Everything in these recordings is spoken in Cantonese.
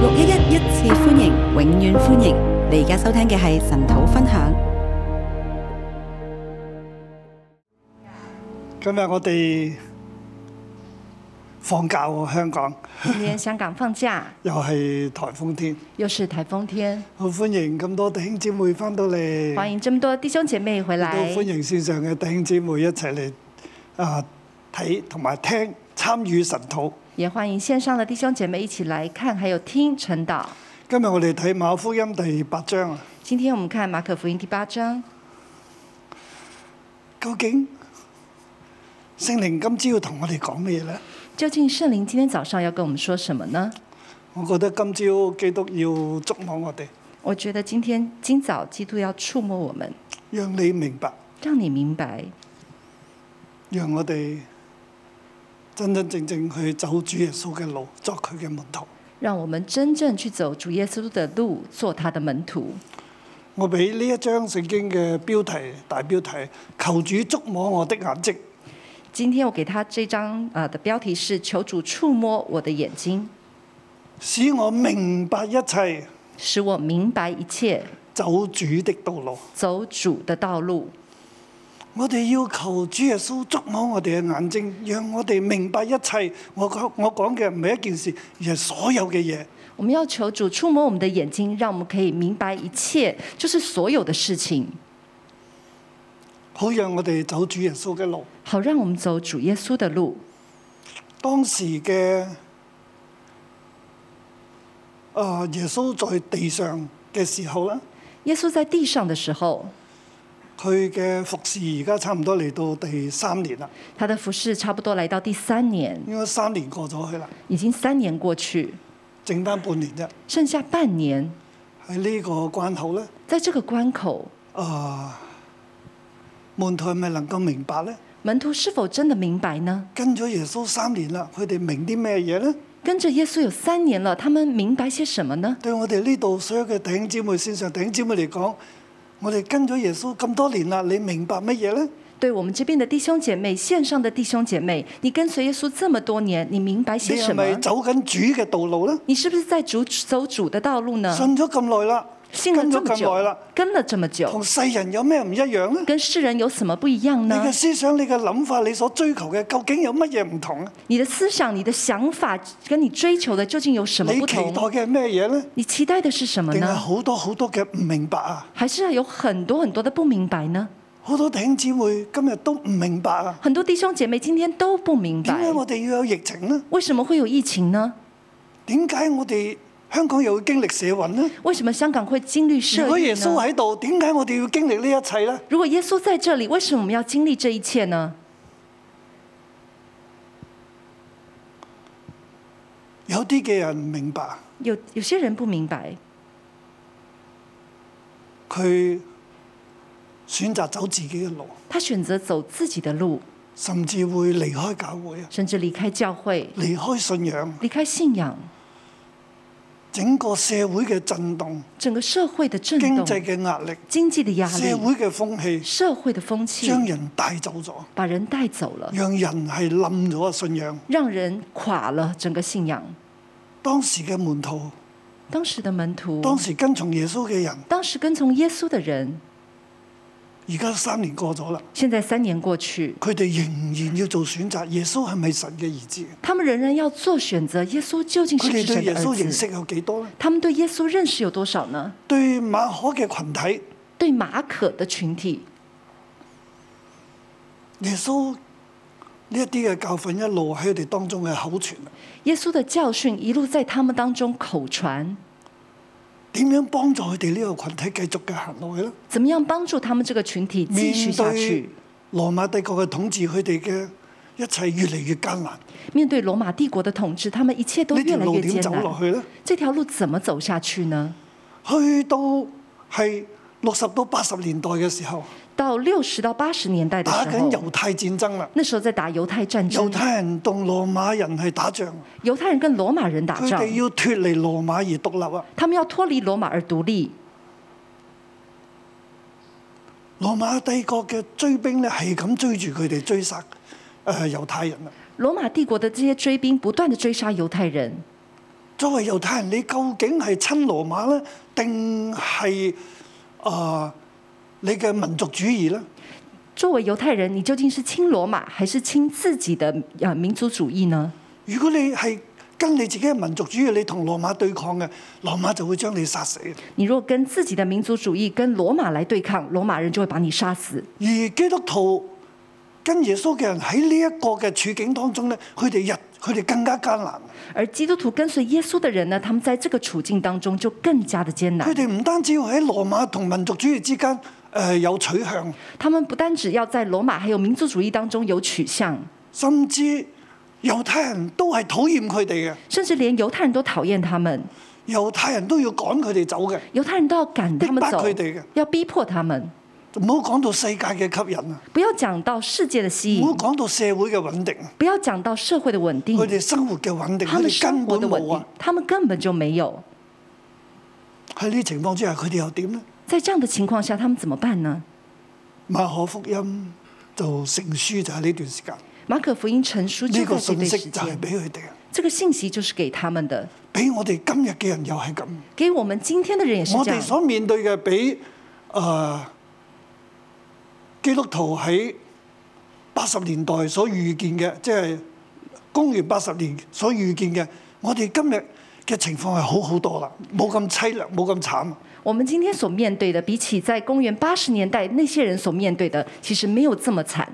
六一一一次歡迎，永遠歡迎！你而家收聽嘅係神土分享。今日我哋放假喎，香港今天香港放假，又係颱風天，又是台風天，好歡迎咁多弟兄姊妹翻到嚟，欢迎这么多弟兄姐妹回亦来，都歡迎線上嘅弟兄姊妹一齊嚟啊睇同埋聽參與神土。也欢迎线上的弟兄姐妹一起来看，还有听晨导。今日我哋睇馬可福音第八章啊，今天我们看马可福音第八章，究竟聖靈今朝同我哋講乜嘢呢？究竟圣灵今天早上要跟我们说什么呢？我覺得今朝基督要觸摸我哋，我觉得今天今早基督要触摸我们，讓你明白，让你明白，讓我哋真真正正去走主耶穌嘅路，作佢嘅門徒。让我们真正去走主耶稣的路，做他的门徒。我俾呢一章聖經嘅標題大標題，求主觸摸我的眼睛。今天我给他这章啊的标题是“求主触摸我的眼睛，使我明白一切使我明白一切走主的道路。走主的道路”。我哋要求主耶穌觸摸我哋嘅眼睛，讓我哋明白一切。我講我講嘅唔係一件事，而係所有嘅嘢。我们要求主触摸我们的眼睛，让我们可以明白一切，就是所有的事情，好讓我哋走主耶穌嘅路。好让我们走主耶穌的路。當時嘅啊、耶穌在地上嘅時候咧，耶穌在地上的时候，佢嘅服侍而家差唔多嚟到第三年啦，他的服饰差不多来到第三年，應該三年過咗去啦。已经三年过去，剩翻半年啫。剩下半年，喺呢個關口咧，在这个关口，啊、門徒係咪能夠明白咧？门徒是否真的明白呢？跟咗耶穌三年啦，佢哋明啲咩嘢咧？跟着耶穌有三年了，他们明白些什么呢？對我哋呢度所有嘅弟兄姊妹、線上弟兄姊妹嚟講，我哋跟咗耶穌咁多年啦，你明白乜嘢咧？对我们这边的弟兄姐妹，线上的弟兄姐妹，你跟随耶稣这么多年，你明白你些係什么？咪走緊主嘅道路咧？你是不是在主走主的道路呢？信咗咁耐啦，嗯信了跟这咗咁么耐久啦，，跟了这么久嗯同，世人有咩唔一樣咧？跟世人有什么不一样你呢嘅？思想、你嘅諗法、你所追求嘅，究竟有乜嘢唔同啊？你的思想、你的想法跟你追求的究竟有什么你不期待同？啊嘅係咩嘢咧？你期待的是什么定係呢？好多好多嘅唔明白啊？还是有很多很多的不明白呢？好多弟兄姊妹今日都唔明白啊！很多弟兄姐妹今天都不明點白解，我哋要有疫情呢？为什么会有疫情呢？點解我哋香港又要經歷社運呢？为什么香港会经历如社果运耶穌呢？喺度，點解我哋要經歷呢一切呢？如果耶稣在这里，为什么我们要经历这一切呢？有啲嘅人唔明白，有有些人不明白，佢選擇走自己嘅路，他选择走自己的路，甚至會離開教會啊，甚至离开教会、離開信仰。离开信仰，整個社會嘅震動、整个社会的震經动。濟嘅壓力、经济的压社力、會嘅風氣，社会的风气，將人帶走咗，把人带走了，讓人係冧咗啊信仰。让人垮了整个信仰。當時嘅門徒，当时的门徒，當時跟從耶穌嘅人。当时跟从耶稣的人，而家三年過咗啦，现在三年过去，佢哋仍然要做選擇。耶穌係咪神嘅兒子？他们仍然要做选择：耶稣究竟佢是不哋是對神耶的穌認儿子？識有幾多呢？他们对耶稣认识有多少呢？對馬可嘅群體，对马可的群体，耶穌呢一啲嘅教訓一路喺佢哋當中嘅口傳啦。耶稣的教训一路在他们当中口传，點樣幫助佢哋呢個群體繼續嘅行落去呢？怎么样帮助他们这个群体继续面下對去？羅馬帝國嘅統治，佢哋嘅一切越嚟越艱難。面对罗马帝國的統治，他们一切都呢越條来路越點艰走落难。去呢？这条路怎么走下去呢？去到係六十到八十年代嘅時候，到六十到八十年代的打时緊候，嗯猶太戰爭啦。那时候在打犹太战猶争，太人同羅馬人係打仗，犹太人跟罗马人打佢仗哋，要脱離羅馬而獨立啊！他们要脱离罗马而独立。羅馬帝國嘅追兵咧係咁追住佢哋追殺誒、呃、猶太人啊！罗马帝国的这些追兵不断的追杀犹太人，作為猶太人，你究竟係親羅馬咧，定係啊你嘅民族主義咧？作为犹太人，你究竟是亲罗马还是亲自己的呃民族主义呢？如果你係跟你自己嘅民族主義，你同羅馬對抗嘅，羅馬就會將你殺死。你若跟自己的民族主義跟羅馬來對抗，羅馬人就會把你殺死。而基督徒跟耶穌嘅人喺呢一個嘅處境當中咧，佢哋日佢哋更加艱難。而基督徒跟隨耶穌的人呢，他們在這個處境當中就更加的佢艱難。哋唔單止要喺羅馬同民族主義之間誒、呃有取向，他們不單只要在羅馬還有民族主義當中有取向，甚至猶太人都係討厭佢哋嘅，甚至連猶太人都討厭他們，猶太人都要趕佢哋走嘅。猶太人都要趕他們逼迫走佢哋嘅，要逼迫他們。唔好講到世界嘅吸引啊，不要講到世界的吸唔好引，講到社會嘅穩定，不要講到社會的穩定佢，哋生活嘅穩定，嗯他佢們哋生根活本的穩冇定啊。，他們根本就沒有。喺呢情況之下，佢哋又點呢？在這樣的情況下，他們怎麼辦呢？馬可福音就成書就喺呢段時間，呢、馬可福音成書就個在這信段息時就係間。俾佢哋，啊這個信息就是給他們的，俾我哋今日嘅人又係咁。給我們今天的人也是我這哋樣。所面對嘅比誒基督徒喺八十年代所遇見嘅，即係公元八十年所遇見嘅，我哋今日嘅情況係好好多啦，冇咁凄涼，冇咁慘。我們今天所面對的，比起在公元八十年代那些人所面對的，其實沒有這麼慘。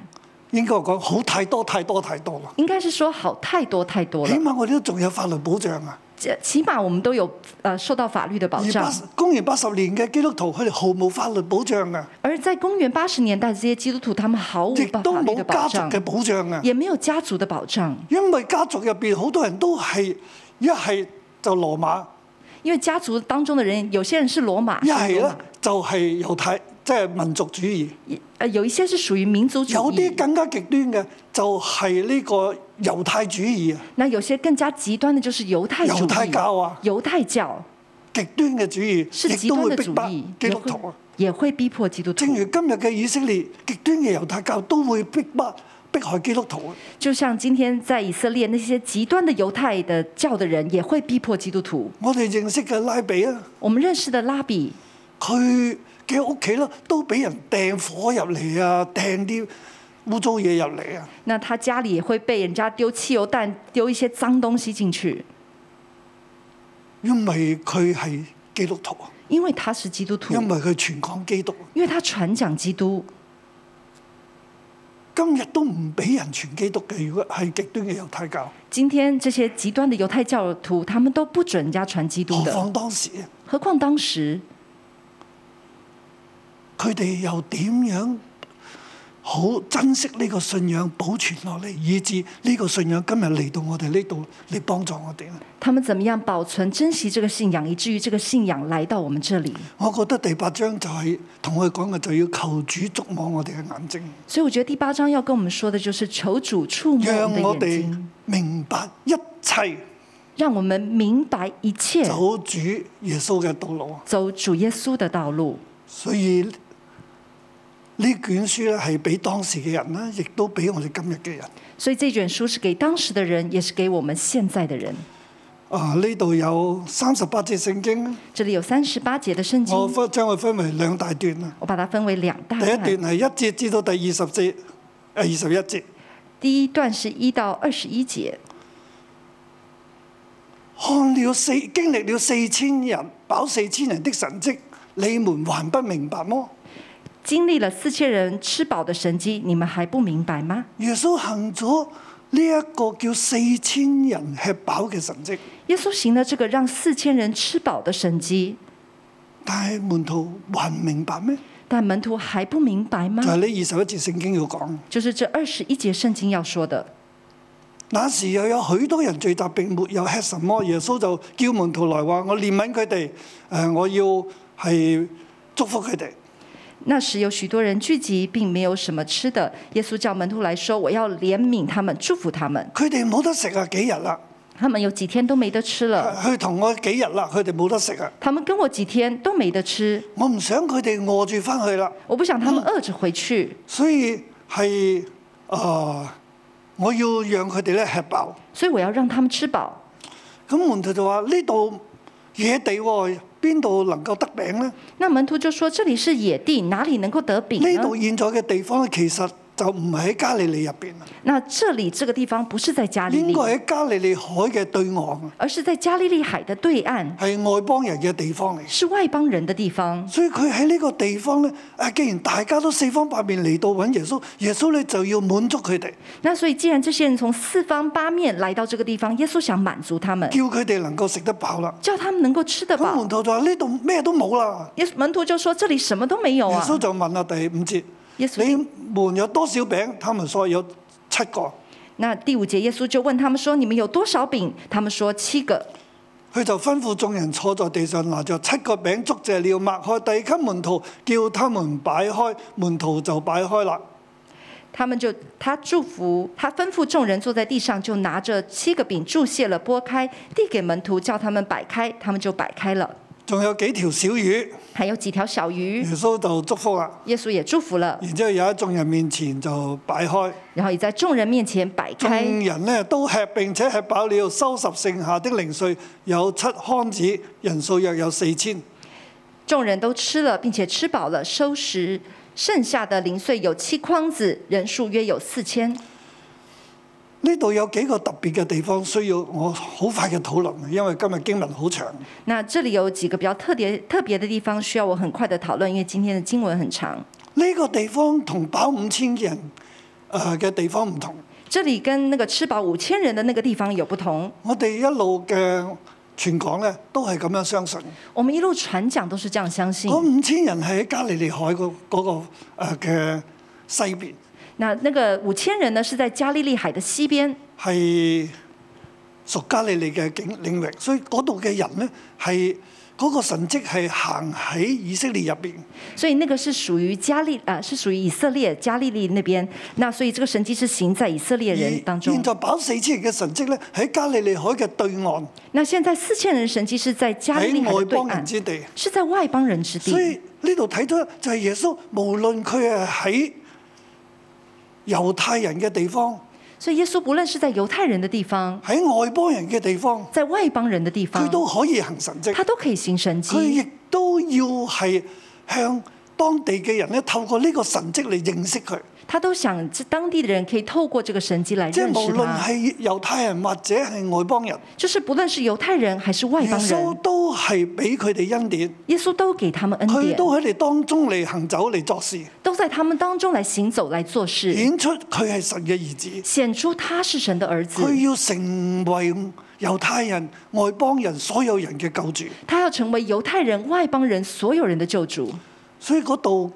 應該講好太多太多太多啦，應該是說好太多太多起了，碼我哋都仲有法律保障啊。這起碼我們都有呃受到法律的保而障八。公元八十年嘅基督徒，佢哋毫無法律保障啊，而在公元八十年代，這些基督徒他們毫無亦法都律冇的保家族障，嘅保障啊。也沒有家族的保障，因為家族入邊好多人都係一係就羅啊馬。因為家族當中的人，有些人是羅馬，一係是羅咧馬就係猶太，即係民族主義；一呃有一些是屬於民族主有啲義，更加極端嘅就係呢個猶太主義啊，那有些更加極端的就是猶太主猶太義、教啊，猶太教。極端嘅主是義亦極都端會的逼主迫義，基督徒啊。也會也會逼迫基督徒正。如今日嘅以色列，極端嘅猶太教都會逼迫迫害基督徒啊。就像今天在以色列那些極端的猶太的教的人，也會逼迫基督徒。我哋認識嘅拉比啊，我們認識的拉比，佢嘅屋企啦都俾人掟火入嚟啊，掟啲污糟嘢入嚟啊。那他家裡也會被人家丟汽油彈、丟一些髒東西進去，因為佢係基督徒啊，因為他是基督徒，因為佢全講基督啊。因為他傳講基督。今日都唔俾人傳基督嘅，如果係極端嘅猶太教，今天這些極端的猶太教徒，他們都不准人家傳基督何的，況當時啊何況當時佢哋又點樣好珍惜呢個信仰保存落嚟，以至呢個信仰今日嚟到我哋呢度嚟幫助我哋咧？他們怎麼樣保存、珍惜這個信仰，以至於這個信仰來到我們這裡。我覺得第八章就係同佢講嘅，就要求主觸摸我哋嘅眼睛，所以我覺得第八章要跟我們說的就是求主觸摸我讓們我的眼哋睛，明白一切讓我們明白一切，走主耶穌嘅道路。走主耶穌的道路。所以呢卷書咧係俾當時嘅人啦，亦都俾我哋今日嘅人。所以這卷書是給當時的人，也是給我們現在的人。啊！呢度有三十八節聖經，這裡有三十八節的聖經，我我分將佢分為兩大段啦。把它分為兩大哦第一段段，係一節至到第二十節，誒二十一節第一段是一到二十一節。看了四經歷了四千人飽四千人的神蹟，你們還不明白麼？經歷了四千人吃飽的神蹟，你們還不明白嗎？耶穌行咗呢一個叫四千人吃飽嘅神蹟，耶穌行了這個讓四千人吃飽的神蹟，但係門徒還唔明白咩？但門徒還不明白就係嗎？呢二十一節聖經要講。就是這二十一節聖經要說的。那時又有許多人聚集，並沒有吃什麼。耶穌就叫門徒來話：我憐憫佢哋，誒、我要係祝福佢哋。那時有許多人聚集，並沒有什麼吃的。耶穌叫門徒來說：“我要憐憫他們，祝福他們。佢哋冇得食啊，幾日啦？他們有幾天都沒得吃了，佢同我幾日啦？佢哋冇得食啊！他們跟我幾天都沒得吃。我唔想佢哋餓住翻去啦，我不想他嗯們餓着回去，所以係啊誒、呃我要讓佢哋咧吃飽。所以我要讓他們吃飽。咁咁門徒就話：呢度野地喎，邊度能夠得餅呢？那門徒就說：這裡是野地，哪裡能夠得餅呢度呢？現在嘅地方其實就唔係喺加利利入邊啦，那這裡這個地方不是在加利應該利，喺加利利海嘅對岸，啊而是在加利利海的對岸，係外邦人嘅地方嚟。是外邦人的地方。所以佢喺呢個地方咧，啊，既然大家都四方八面嚟到揾耶穌，耶穌咧就要滿足佢哋，那所以，既然這些人從四方八面來到這個地方，耶穌想滿足他們，叫佢哋能夠食得飽啦。叫他們能夠吃得咁飽門。徒就話：呢度咩都冇啦。耶門徒就說：這裡什麼都沒有耶啊。穌就問啦，第五節：耶穌你們有多少餅？他們說有七個。那第五節，耶穌就問他們說：“你們有多少餅？”他們說：“七個。佢就吩咐眾人坐在地上，拿着七個餅，祝謝了，擘開，遞給門徒，叫他們擺開，門徒就擺開啦。”他們就他祝福他吩咐眾人坐在地上，就拿着七個餅祝謝了，拨開遞給門徒，叫他們擺開，他們就擺開了。仲有幾條小魚，还有幾條小耶魚，穌就祝福啦。耶穌也祝福了，然之後有喺眾人面前就擺開。然後也在眾人面前擺眾開。人呢都吃並且吃飽了，收拾剩下的零碎有七筐子，人數約有四千。眾人都吃了，並且吃飽了，收拾剩下的零碎有七筐子，人數約有四千。呢度有幾個特別嘅地方需要我好快嘅討論，因為今日經文好長。那這裡有幾個比較特別特別的地方，需要我很快的討論，因為今天的經文很長。呢、個地方同飽五千人誒嘅地方唔同。这里跟那個吃飽五千人的那個地方有不同。我哋一路嘅傳講呢都係咁樣相信。我們一路傳講都是這樣相信嗰。五千人係喺加利利海嗰嗰個誒嘅西邊，那那個五千人呢，是在加利利海的西邊，係屬加利利嘅境領域，所以嗰度嘅人呢，係嗰、個神跡係行喺以色列入邊，所以那個是屬於加利啊、是屬於以色列加利利那邊。那所以這個神蹟是行在以色列而人當中現。在飽四千人嘅神跡呢，喺加利利海嘅對岸，那現在四千人神蹟是在加利利海喺的外對邦岸嗯人，之地，是在外邦人之所地。以呢度睇到就係耶穌，無論佢係喺猶太人嘅地方，所以耶穌不論是在猶太人的地方，喺外邦人嘅地方，在外邦人的地佢方，都可以行神跡啊他。都可以行神佢蹟。亦都要係向當地嘅人咧，透過呢個神蹟嚟認識佢。他都想這當地的人可以透過這個神蹟來即係認無識論他，係猶太人或者係外邦人，就是不論是猶太人還是外耶邦穌人，都係俾佢哋恩典，耶穌都給他們恩佢典，都喺你當中嚟行走嚟作事，都在他們當中來行走來做事，顯出佢係神嘅兒子。顯出他是神的兒子佢。要成為猶太人、外邦人所有人嘅救主，他要成為猶太人、外邦人所有人的救主。所以嗰度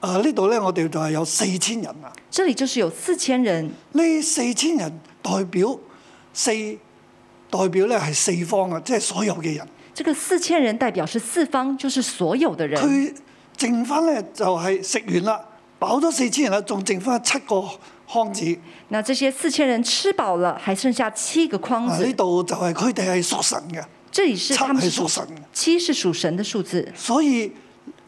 啊呢度咧，我哋就係有四千人啊。這裡就是有四千人，呢四千人代表四代表咧係四方啊，即係所有嘅人。這個四千人代表是四方，就是所有的人。佢剩翻咧就係食完啦，飽咗四千人啦，仲剩翻七個筐子。那這些四千人吃飽了，還剩下七個筐啊，呢子。度就係佢哋係屬神嘅，這裡七是他們係是屬屬神嘅，七是屬神的數字，所以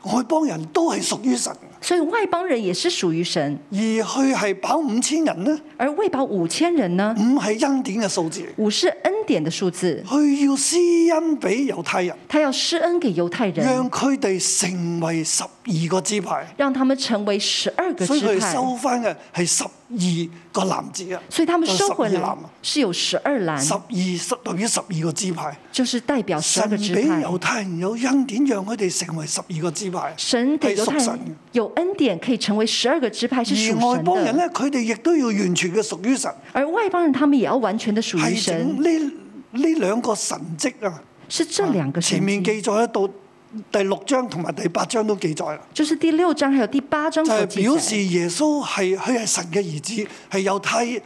外邦人都係屬於神。所以外邦人也是屬於神。而佢係飽五千人呢，而喂飽五千人呢，五係恩典嘅數字，五是恩典的數字，佢要施恩俾猶太人，他要施恩給猶太人，讓佢哋成為十二個支派。讓他們成為十二個所以支佢派。收翻嘅係十二個男子啊，所以他們收回就十二來男啊是有十二十籃，二十代表十二個支派。就是代表十二神個支俾派。猶太人有恩典，讓佢哋成為十二個支派。神給猶太係屬神人有恩典，可以成為十二個支派是屬而外神啊邦人的。咧，佢哋亦都要完全嘅屬於神，而外邦人他們也要完全的屬於係整神，呢呢兩個神蹟啊。是這兩個神前面蹟，記載得到第六章同埋第八章都記載啦，就是第六章還有第八章就所係記表載，示耶穌係佢係神嘅兒子，係猶太誒、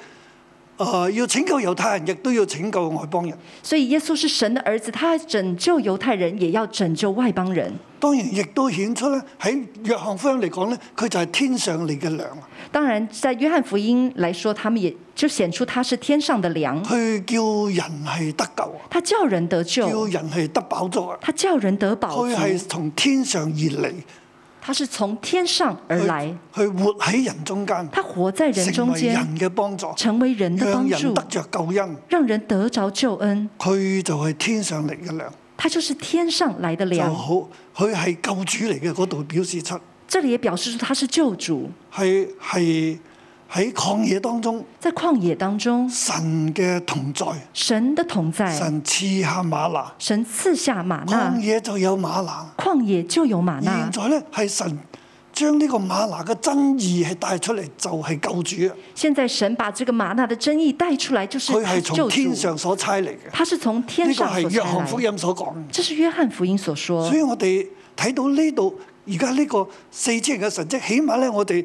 呃要拯救猶太人，亦都要拯救外邦人。所以耶穌是神的兒子，他拯救猶太人，也要拯救外邦人。當然亦都顯出咧喺約翰福音嚟講咧，佢就係天上嚟嘅糧，啊當然，在約翰福音來說，他們也就顯出他是天上的糧，佢叫人係得救啊，他叫人得叫救，人係得飽足啊，他叫人得飽佢足，係從天上而嚟，他是从天上而来，去活喺人中間，他活在人成中為间，人嘅幫助，成為人的讓帮人助得，着救恩。让人得着救恩。佢就係天上嚟嘅糧，他就是天上来的就粮。好佢係救主嚟嘅嗰度表示出，这里也表示出他是救主，係係喺曠野當中在旷野当中，神嘅同在，神的同在，神賜下馬拿，神赐下玛曠纳，野就有馬拿。旷野就有玛纳現。在咧係神將呢個馬拿嘅真義係帶出嚟，就係救主啊！现在神把这个玛纳的真意带出来，就是佢他係是從救天主，上所差嚟嘅，他是从天呢個上係所約差翰福来。音所講嘅。这是约翰福音所说所。以我哋睇到呢度而家呢個四千人嘅神跡，起碼咧我哋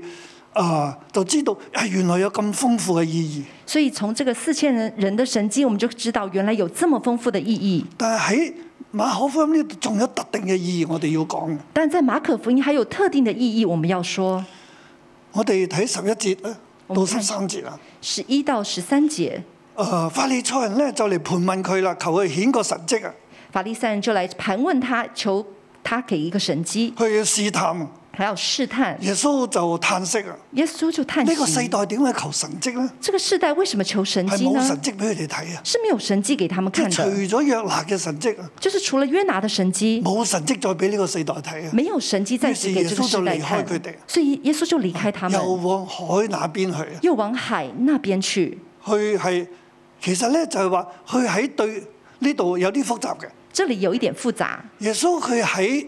啊、就知道啊原來有咁豐富嘅意義。所以从这个四千人人的神迹，我们就知道原来有这么丰富的意义。但係喺馬可福音呢度仲有特定嘅意義，我哋要講嘅。但在马可福音还有特定的意义，我们要说我哋睇十一節咧我到們看十三節啊。十一到十三节，誒、法利賽人咧就嚟盤問佢啦，求佢顯個神跡啊！法利赛人就来盘问他，求他给一个神迹，佢要試探啊还要试探。耶穌就嘆息啊！耶穌就叹呢息：個世代點解求神跡咧？这个世代为什么求神係迹呢冇？神跡俾佢哋睇啊！是没有神迹给他们即看係除的，咗約拿嘅神跡啊，就是除了约拿的神迹，冇神跡再俾呢個世代睇啊！没有神迹再於是次给这个耶穌就世代離開看佢哋。啊所以耶穌就离开他们，又往海那邊去啊！又往海那边去。佢係其實咧就係話佢喺對呢度有啲複雜嘅。这里有一点复杂。耶穌佢喺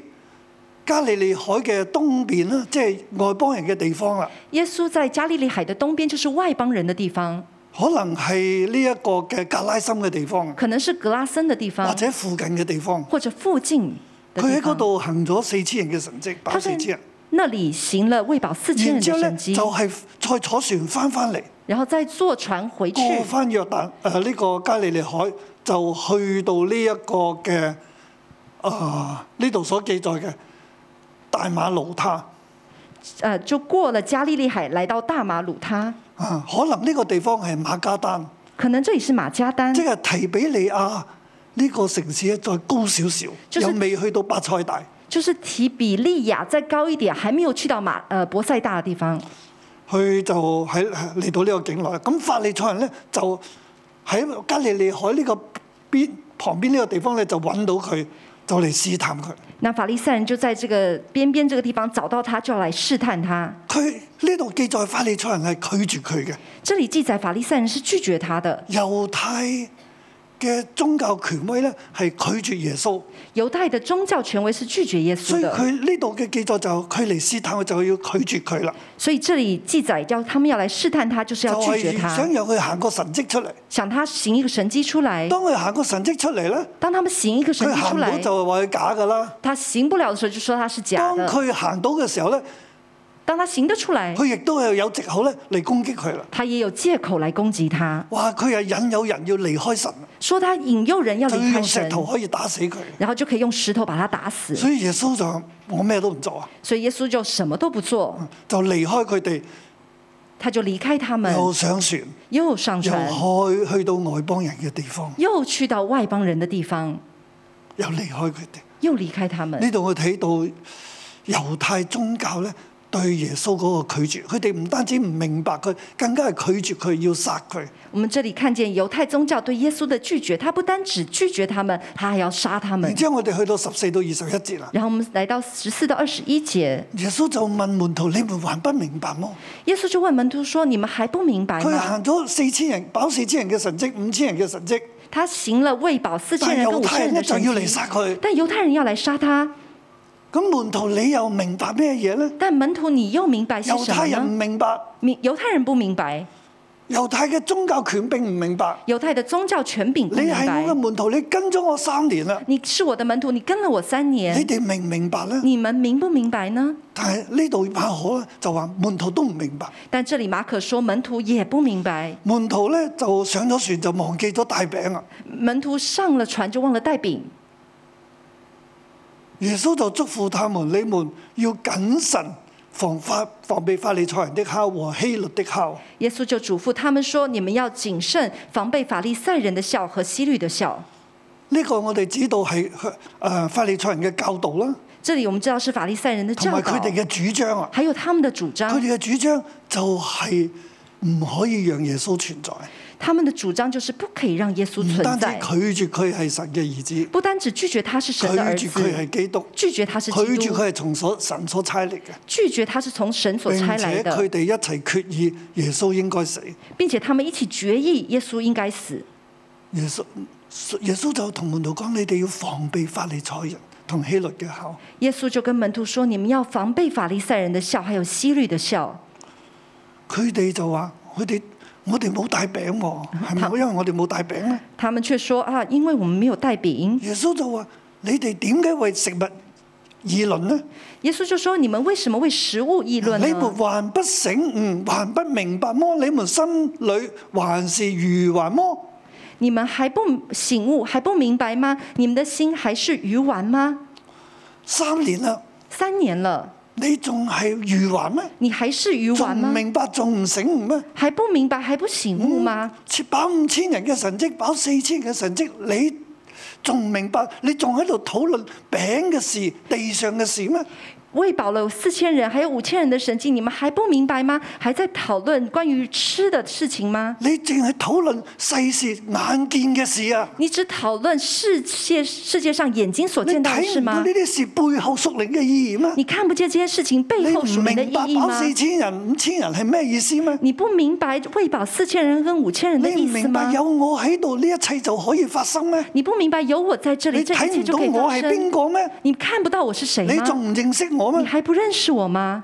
加利利海嘅東邊啦，即係外邦人嘅地方啦，耶稣在加利利海的东边，就是外邦人的地方，可能係呢一個嘅格拉森嘅地方，啊可能是格拉森的地方，或者附近嘅地方。或者附近的佢喺地嗰方。度行咗四千人嘅神跡，他百四在千人。那里行了喂饱四然千人之後的咧神迹，就係再坐船翻翻嚟，然後再坐船回去，過翻約旦誒呢個加利利海，就去到呢一個嘅啊呢度所記載嘅大馬路他呃，就过了加利利海，来到大马鲁他。啊，可能呢個地方係馬加丹，可能这里是马加丹即，係提比利亞呢個城市咧再高少少，就是又未去到巴塞大。就是提比利亚再高一点，还没有去到马呃博塞大的地方。佢就喺嚟到呢個境內，咁法利賽人咧就喺加利利海呢個邊旁邊呢個地方咧就揾到佢，就嚟試探佢。那法利赛人就在这个边边这个地方找到他，就要来试探他。佢呢度記載法利賽人係拒絕佢嘅，这里记载法利赛人是拒绝他的，猶太嘅宗教權威咧係拒絕耶穌，犹太的宗教权威是拒绝耶所稣以的，佢呢度嘅記載就佢嚟試探佢就要拒絕佢啦，所以这里记载要他们要来试探他，就是就要拒係绝他想，讓佢行個神跡出嚟。想他行一个神迹出来。當佢行個神跡出嚟咧，当他们行一个神佢迹出行到来，就係話佢假噶啦。他行不了的时候就说他是假當的，佢行到嘅時候咧。当他行得出来，佢亦都係有藉口咧嚟攻擊佢啦。他也有借口来攻击他，哇！佢係引誘人要離開神，啊说他引诱人要就离开用神石，頭可以打死佢。然后就可以用石头把他打死。所以耶穌就話我咩都唔做啊，所以耶稣就什么都不做，就離開佢哋，他就离开他们，又上船，又上船，又去去到外邦人嘅地方，又去到外邦人的地方，又離開佢哋。又离开他呢们。度我睇到猶太宗教咧對耶穌嗰個拒絕，佢哋唔單止唔明白佢，更加係拒絕佢，要殺佢。我们这里看见犹太宗教对耶稣的拒绝，他不单只拒绝他们，他还要杀他们然。之後我哋去到十四到二十一節啦，然后我们来到十四到二十一节，耶穌就問門徒：你們還不明白麼？耶稣就问门徒说：“你们还不明白佢吗行咗四千人，飽四千人嘅神蹟，五千人嘅神蹟，？”他行了喂饱四千但係人跟猶五太千人人咧的就神要嚟迹，殺佢。但犹太人要来杀他。咁門徒你又明白咩嘢咧？但门徒，你又明白些猶什太么人啊唔呢？明白，明犹太人不明白，猶太嘅宗教權並唔明白。犹太的宗教权柄不你明係我嘅白。門徒，你跟咗我三年啦，你是我的门徒，你跟了我三你年，哋明唔明白咧？你们明不明白呢？但係呢度馬可咧就話門徒都唔明白，但这里马可说门徒也不明白，門徒咧就上咗船就忘記咗帶餅啊。门徒上了船就忘了带饼。耶穌就囑咐他們：你們要謹慎防法防備法利賽人的酵和希律的酵。耶稣就嘱咐他们说：“你们要谨慎，防备法利赛人的笑和希律的笑。呃呢個我哋知道係誒法利賽人嘅教導啦，”这里我们知道是法利赛人的同教埋佢导，哋嘅主張啊，还有他们的主佢张，哋嘅主張就係唔可以讓耶穌存在，他们的主张就是不可以让耶稣唔單存止在，拒絕佢係神嘅兒子，不单只拒绝他是拒神的儿絕佢子，係基督，拒绝他是拒基絕督，佢係從所神所差嚟嘅，拒绝他是从神所並差来且佢的，哋一齊決議耶穌應該死，并且他们一起决议耶稣应该死。耶穌耶穌就同門徒講：你哋要防備法利賽人同希律嘅口。耶稣就跟门徒说：“你们要防备法利赛人的笑，还有希律的笑。佢哋就話：佢哋我哋冇帶餅喎，係咪？他因為我哋冇帶餅啊咧。”他们却说：“啊，因为我们没有带饼。耶穌就話：你哋點解為食物議論呢？”耶穌就说：“你们为什么为食物议论你們呢？還不醒悟，還不明白麼？你們心裏還是愚頑麼？你们还不醒悟，还不明白吗？你们的心还是鱼丸吗？三年啦，三年了，你仲係愚頑咩？你还是鱼仲丸唔吗？明白，仲唔醒悟咩？还不明白，还不醒悟吗？切飽五千人嘅神蹟，飽四千嘅神蹟，你仲唔明白？你仲喺度討論餅嘅事、地上嘅事咩？喂饱了四千人，还有五千人的神迹，你们还不明白吗？还在讨论关于吃的事情吗？你淨係討論世事眼見嘅事啊！你只討论世界世界上眼睛所你见到的睇事唔到吗呢？啲事背後屬靈嘅意義咩？你看不见这些事情背你后唔属灵的明意白义飽吗？四千人、五千人係咩意思咩？你不明白喂饱四千人跟五千人的你意唔思明白吗？有我喺度呢一切就可以發生咩？你不明白有我在这你里，这一睇切唔就可以到我发係生邊。個咩？你看不到我是谁你吗？仲唔認識我你咩？还不认识我吗？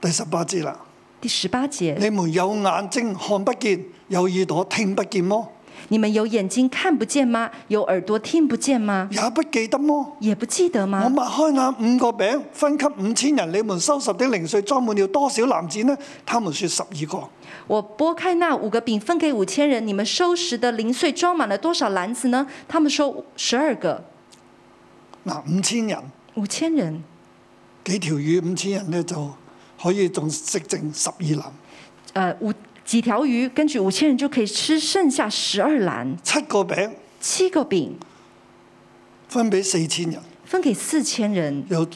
第十八節啦，第十八节，你們有眼睛看不見，有耳朵聽不見麼？你们有眼睛看不见吗？有耳朵听不见吗？也不記得麼？也不记得我吗？擘開那五個餅，分給五千人，你們收拾的零碎裝滿了多少籃子呢？他們說十二個。我拨开那五个饼分给五千人，你们收拾的零碎装满了多少篮子呢？他们说十二个。嗱，五千人五千人，幾條魚，五千人咧就可以仲食剩十二籃。呃，五几条鱼，根据五千人就可以吃剩下十二篮，七個餅七个饼分俾四千人，分给四千人，有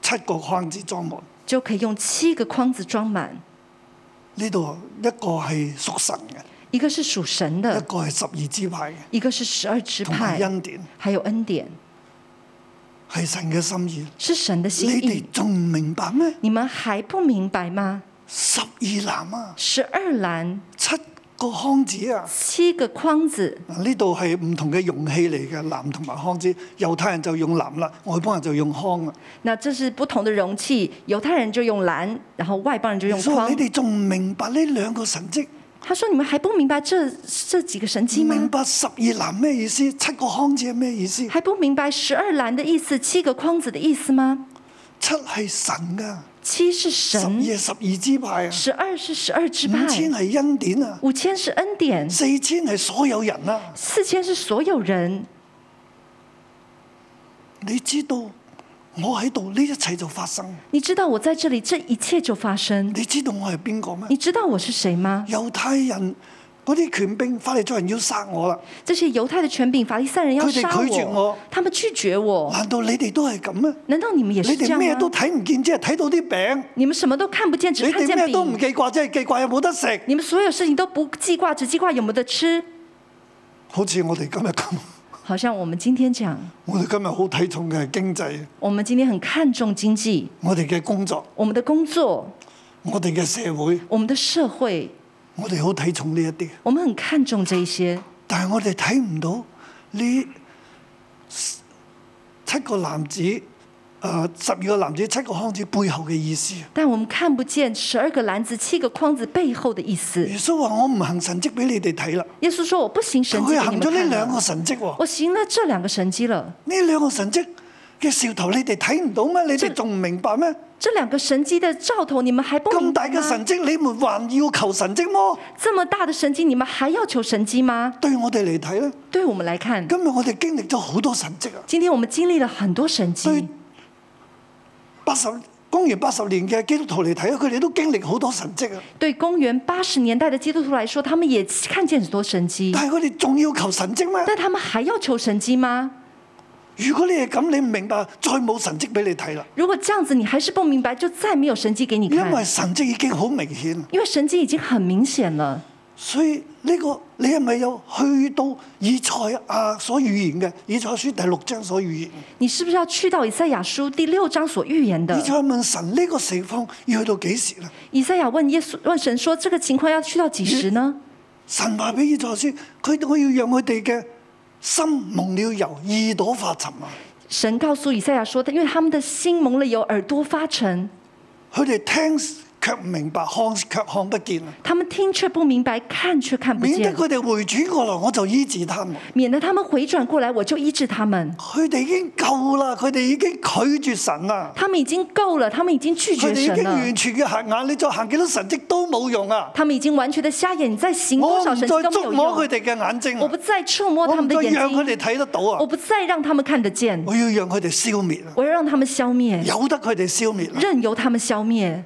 七個框子裝滿。就可以用七个筐子装满。呢度一個係屬神嘅，一个是属神一的，個係十二支派嘅，一个是十二嗯支同埋派，恩典还有恩典，係神嘅心意。是神的你心意哋。仲唔明白咩？你們还不明白吗？十二籃啊，十二篮，七個框子啊！七个筐子，嗱，呢度係唔同嘅容器嚟嘅，籃同埋筐子。猶太人就用籃啦，外邦人就用啊筐啦。那这是不同的容器。猶太人就用篮，然后外邦人就用嗯所以筐你。哋仲唔明白呢兩個神蹟？他说：“你们还不明白这这几个神迹唔吗？明白十二籃咩意思？七個筐子係咩意思？还不明白十二篮的意思，七个筐子的意思吗？七係神噶，七是十二神，係十二支派啊，十二是十二支派五，千係恩典啊，五千是恩典，四千係所有人啊。四千是所有人。你知道我喺度，呢一切就發生。你知道我在这里，这一切就发生。你知道我係邊個咩你？知道我是谁吗？猶太人嗰啲權兵法利賽人要殺我啦，这些犹太的权柄、法利赛人要佢哋杀拒絕我他们拒绝我。難道你哋都係咁咩？难道你们也你是这哋样咩都吗？睇唔見，只係睇到啲餅。你们什么都看不见，你只看哋见咩都唔饼。記掛，只係記掛有冇得食。你们所有事情都不记挂，只记挂有没有得吃。好似我哋今日咁， 好像我们今天讲，我哋今日好睇重嘅係經濟，我们今天很看重经济、我哋嘅工作，我们的工作、我哋嘅社會，我们的社会，我哋好睇重呢一啲。我们很看重这一些。但係我哋睇唔到呢七個男子，誒十二個男子七個康子背後嘅意思。但我们看不见十二个篮子、七个筐子背后的意思耶。穌話：我唔行神蹟俾你哋睇啦。耶稣说：“我不行神迹佢给你行们咗呢看兩個了，神蹟喎，我行了这两个神迹了。呢兩個神蹟嘅兆頭你哋睇唔到咩？你哋仲唔明白咩？这两个神迹的兆头，你们还不咁明大白嘅吗？神蹟，你們還要求神蹟麼？这么大的神迹，你们还要求神迹吗？對我哋嚟睇咧，对我们来看，今日我哋經歷咗好多神蹟啊！今天我們經歷了很多神對迹，八十公元八十年嘅基督徒嚟睇，啊佢哋都經歷好多神蹟啊！對公元八十年代的基督徒來說，他們也看見很多神迹，但係佢哋仲要求神蹟咩？但他們還要求神迹嗎？如果你係咁，你唔明白，再冇神蹟俾你睇啦，如果这样子你还是不明白，就再没有神迹给你因看，為神蹟已經好明顯。因为神迹已经很明显了。所以呢、個你係咪有去到以賽亞所預言嘅？以賽亞書第六章所預言，你是不是要去到以赛亞书第六章所预言的以？賽亞問神呢個情況要去到幾時呢？以赛亚问耶稣问神说：“这个情况要去到几时呢神話俾以賽亞書，佢我要讓佢哋嘅心蒙了油，耳朵發沉啊！？”神告诉以赛亚说：“因为他们的心蒙了油，耳朵发沉，佢哋聽卻唔明白，看卻看不見啊！他们听却不明白，看却看不免得见，佢哋回轉過來，我就醫治他們。免得他们回转过来，我就医治他们。佢哋已經夠啦，佢哋已經拒絕神啦，他们已经够了，他们已经拒佢绝哋已神啊經了。”完全嘅瞎眼，你再行幾多神蹟都冇用啊！他们已经完全的瞎眼，你再行我多唔少再神迹都没有觸摸佢用。哋嘅眼睛啊，我不再触摸我他们唔的再眼讓佢哋睛，睇得到我啊！不再让他们看得见，我要讓佢哋消滅啊！我要让他们消灭，由得佢哋消滅啊！任由他们消灭。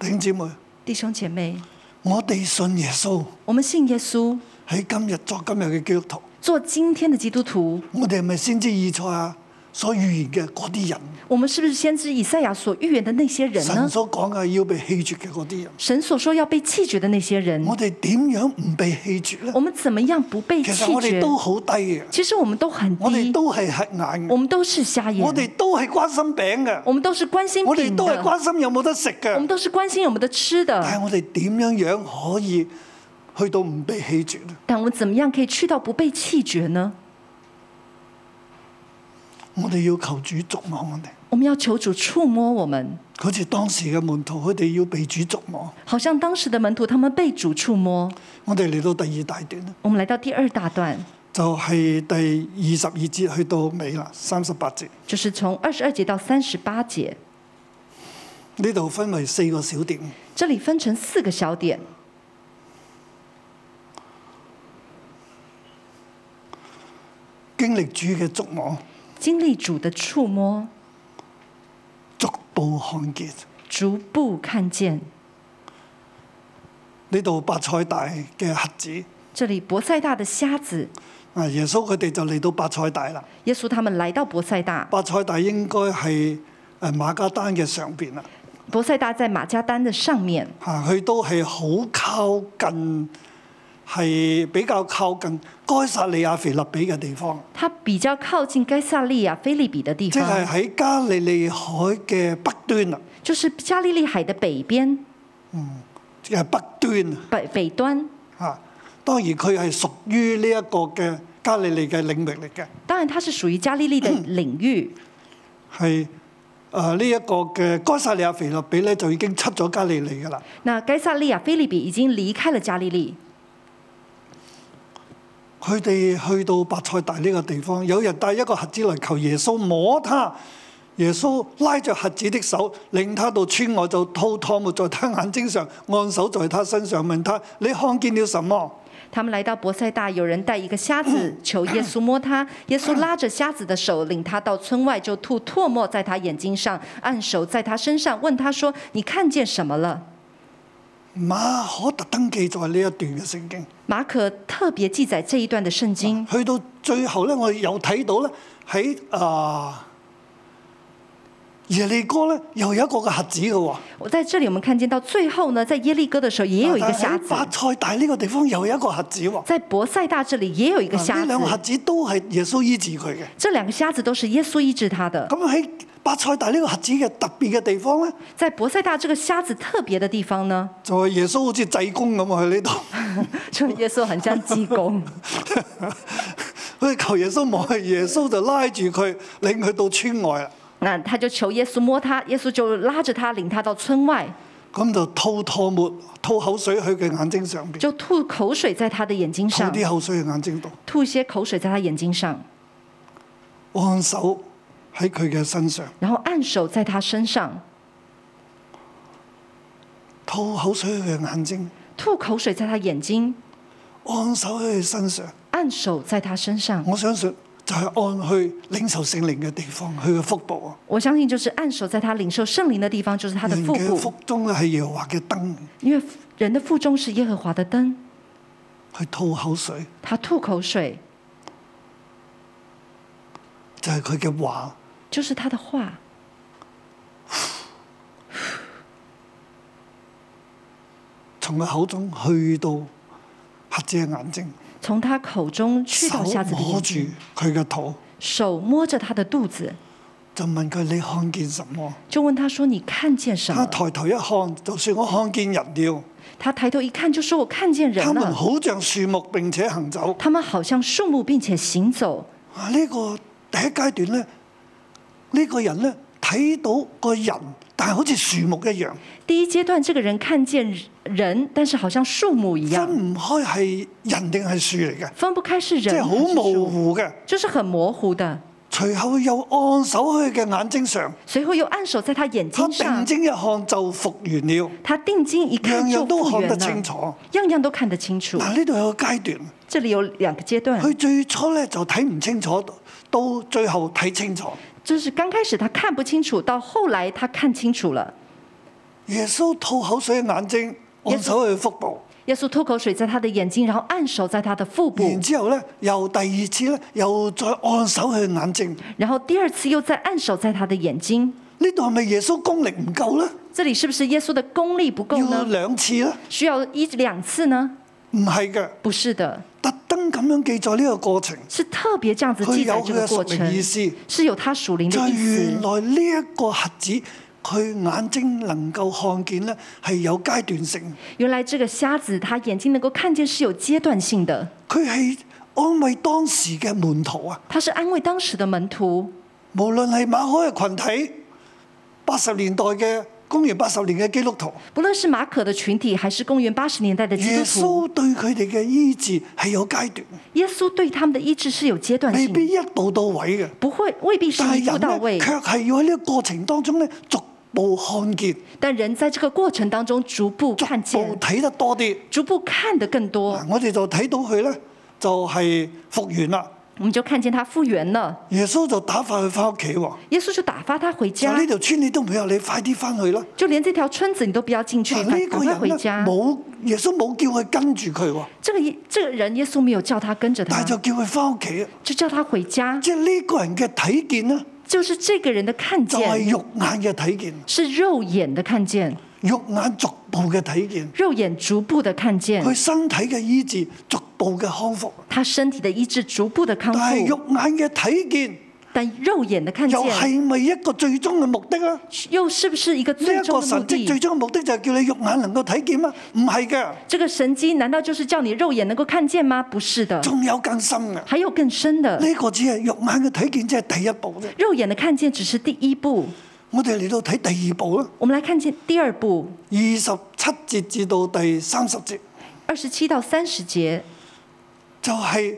弟兄姊妹，弟兄姐妹，我哋信耶穌我们信耶稣，喺今日作今日嘅基督徒，做今天的基督徒，我哋係咪先知以賽亞所預言嘅嗰啲人？我们是不是先知以赛亚所预言的那些人啊神呢？所講嘅要被棄絕嘅嗰啲人，神所说要被弃绝的那些人，我哋點樣唔被棄絕呢我？们怎么样不被其弃實我哋绝？都好低嘅，其实我们都很我哋低，都係黑眼我嘅，们都是瞎眼我，哋都係關心餅嘅，我们都是关心我哋饼都係的，關心有冇得食我们嘅。都是关心我们的吃的。但係我哋點樣樣可以去到唔被棄絕呢？但我们怎么样可以去到不被弃绝呢？我哋要求主觸摸我哋，我们要求主触摸我们，好似當時嘅門徒，佢哋要被主觸摸。好像当时的门徒他们被主触摸。我哋嚟到第二大段咧，我们来到第二大段，就係、第二十二節去到尾啦，三十八節。就是从二十二节到三十八节，呢度分為四個小點，这里分成四个小点。經歷主嘅觸摸，经历主的触摸，逐步看見。逐步看见。呢度白菜大嘅核子，这里博塞大的瞎子，啊耶穌佢哋就嚟到白菜大啦。耶稣他们来到博塞大，白菜大應該係誒馬呃加丹嘅上邊啦，博塞大在马加丹的上面，嚇佢都係好靠近，係比較靠近該撒利亞腓立比嘅地方，它比较靠近该萨利亚菲利比的地即係方，喺加利利海嘅北端啊啦，就是加利利海的北边即係北端啊北北端。嚇。當然佢係屬於呢一個嘅加利利嘅領域嚟嘅，当然，它是属于加利利 的领域。係誒呃呢一個嘅該撒利亞腓立比咧就已經出咗加利利㗎啦。那该萨利亚菲利比已经离开了加利利，佢哋去到白菜大呢個地方，有人帶一個瞎子嚟求耶穌摸他。耶穌拉着瞎子的手，領他到村外，就吐唾沫在他眼睛上，按手在他身上，問他：你看見了什麼？他们来到博塞大，有人带一个瞎 子求耶稣摸他，耶稣拉着瞎子的手，领他到村外，就吐唾沫在他眼睛上，按手在他身上，问他说：“你看见什么了馬可特登記載呢一段嘅聖經。？”马可特别记载这一段的圣经。去到最後咧，我哋又睇到咧喺啊耶利哥咧，又有一個嘅瞎子嘅喎。我在这里，我们看见到最后呢，在耶利哥的时候也有一个但係瞎喺子，白菜大呢個地方又有一個瞎子喎。在博塞大这里也有一个呢瞎兩個瞎子，子都係耶穌醫治佢嘅。这两个瞎子都是耶稣医治他的。咁喺白菜大呢個核子嘅特別嘅地方咧，在博塞大这个瞎子特别的地方呢，就係耶穌好似濟公咁啊！喺呢度， 就耶稣很像济公， 佢求耶穌望，耶穌就拉住佢，領佢到村外啦。 那他就求耶稣摸他，耶稣就拉着他领他到村外，咁就吐唾沫、吐口水喺佢眼睛上邊，就吐口水在他的眼睛吐上，啲口水喺眼睛度，吐一些口水在他眼睛上，按手喺佢嘅身上，然后按手在他身上，吐口水喺佢眼睛，吐口水在他眼睛，按手喺佢身上。按手在他身上。我相信就係按去領受聖靈嘅地方，佢嘅腹部啊，我相信就是按手在他领受圣灵的地方，就是他的人腹嘅腹部，中咧係耶和華嘅燈，因为人的腹中是耶和华的灯。去吐口水。他吐口水，就係佢嘅話，就是他的话，從佢口中去到瞎子嘅眼睛，从他口中去手到瞎子的摸眼住睛，佢嘅肚，手摸着他的肚子，就問佢你看見什麼？就问他说：“你看见什他么抬頭一看，就說我看見人了，？”他抬头一看，就说：“我看见他人啊們了。好像樹木並且行走。他们好像树木，并且行走。啊！呢、個第一階段咧，呢、個人咧睇到個人，但係好似樹木一樣，第一阶段，这个人看见人，但是好像树木一样，分唔開係人定係樹嚟嘅，分不开是即係人好还是模树，糊嘅。就是很模糊的。隨後又按手去佢嘅眼睛上，随后又按手在他眼他睛定上，睛一看就復原了，他定睛一看樣就樣都复看原啊得清了，楚。啊样样都看得清楚。嗱，呢度有個階段，这里有两个阶段，佢最初咧就睇唔清楚，到最後睇清楚。就是刚开始他看不清楚，到后来他看清楚了。耶穌吐口水嘅眼睛，耶穌哦按手去腹部，耶稣吐口水在他的眼睛，然后按手在他的腹部然，之後咧又第二次咧又再按手去眼睛。然后第二次又再按手在他的眼睛。呢度係咪耶穌功力唔夠呢？这里是不是耶稣的功力不够要呢？兩次呢？需要一两次呢？唔係嘅，不是的，特登咁樣記載呢個過程，是特别这样子佢记有载这佢嘅个屬过靈程意，思。是有他属灵就的係意原思。來呢一個核子，佢眼睛能夠看見呢，係有階段性。原来这个瞎子他眼睛能够看见是有阶段性的，佢係安慰當時嘅門徒啊，他是安慰当时的门徒，無論係馬可嘅群體，八十年代嘅公元八十年嘅基督徒，不论是马可的群体，还是公元八十年代的基耶督徒，穌對佢哋嘅醫治係有階段，耶稣对他们的医治是有阶段未性的必。一步到位嘅。不会，未必是但一係步到人位咧，，卻係要喺呢個過程當中咧，逐步看見，但人在这个过程当中逐步逐看步见，睇得多啲。逐步看得更多嗱，，我哋就睇到佢咧，就係復原啦。我们就看见他复原了。耶穌就打發佢翻屋企喎，耶稣就打发他回就家呢，條村你都唔有，你快啲翻去啦。就连这条村子你都不要进去，嗱，赶呢赶個快啊人回咧家。嗯冇耶穌冇叫佢跟住佢喎，这个这个人，耶稣没有叫他跟着他但係，就叫佢翻屋企。啊就叫他回家。即係呢個人嘅睇見咧，就是这个人的看就係见肉眼嘅睇見，是肉眼的看见，肉眼逐步嘅睇見，肉眼逐步的佢看见，身體嘅醫治逐步嘅康復。他身体的医治逐步的康但係肉复，眼嘅睇見。但肉眼的看又见係咪一個最終嘅目的啊？又是不是一个呢最一個终的神目蹟的最？終嘅目的就係叫你肉眼能夠睇見嗎？唔係嘅，这个神机难道就是叫你肉眼能够看见吗？不是的，仲有更深嘅。还有更深的。 呢個只係肉眼嘅睇見，只係第一步啫。肉眼的看见只是第一步，我哋嚟到睇第二步啦，我们来看见第二步，二十七節至到第三十節，二十七到三十节，就係、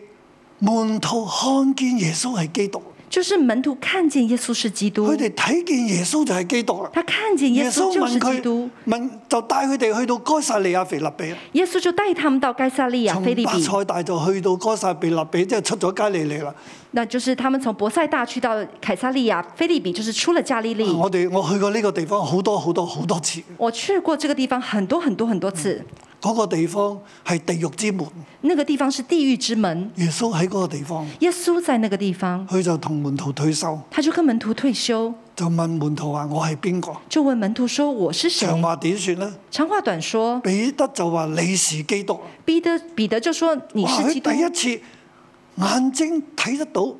門徒看見耶穌係基督，就是门徒看见耶稣是基督佢，哋睇見耶穌就係基督啦。他看见嗯耶耶穌稣就問是基督佢，問就帶佢哋去到該撒利亞腓立比啦，耶稣就帶他们到该萨利亚菲從利巴比，塞大就去到該撒腓立比，即係出咗加利利啦。那就是他们从博塞大去到凯撒利亚菲利比，就是出了加利利。我哋我去過呢個地方好多好多好多次，我去过这个地方很多很多很多次，嗰、個地方係地獄之門，那个地方是地狱之门，耶穌喺嗰個地方，耶稣在那个地方，佢就同門徒退休，他就跟门徒退休，就問門徒話：我係邊個？就问门徒说：“我是谁長話短說呢，？”长话短说，彼得就話：你是基督。彼得彼得就说：“你哇！是佢基督。第一次眼睛睇得到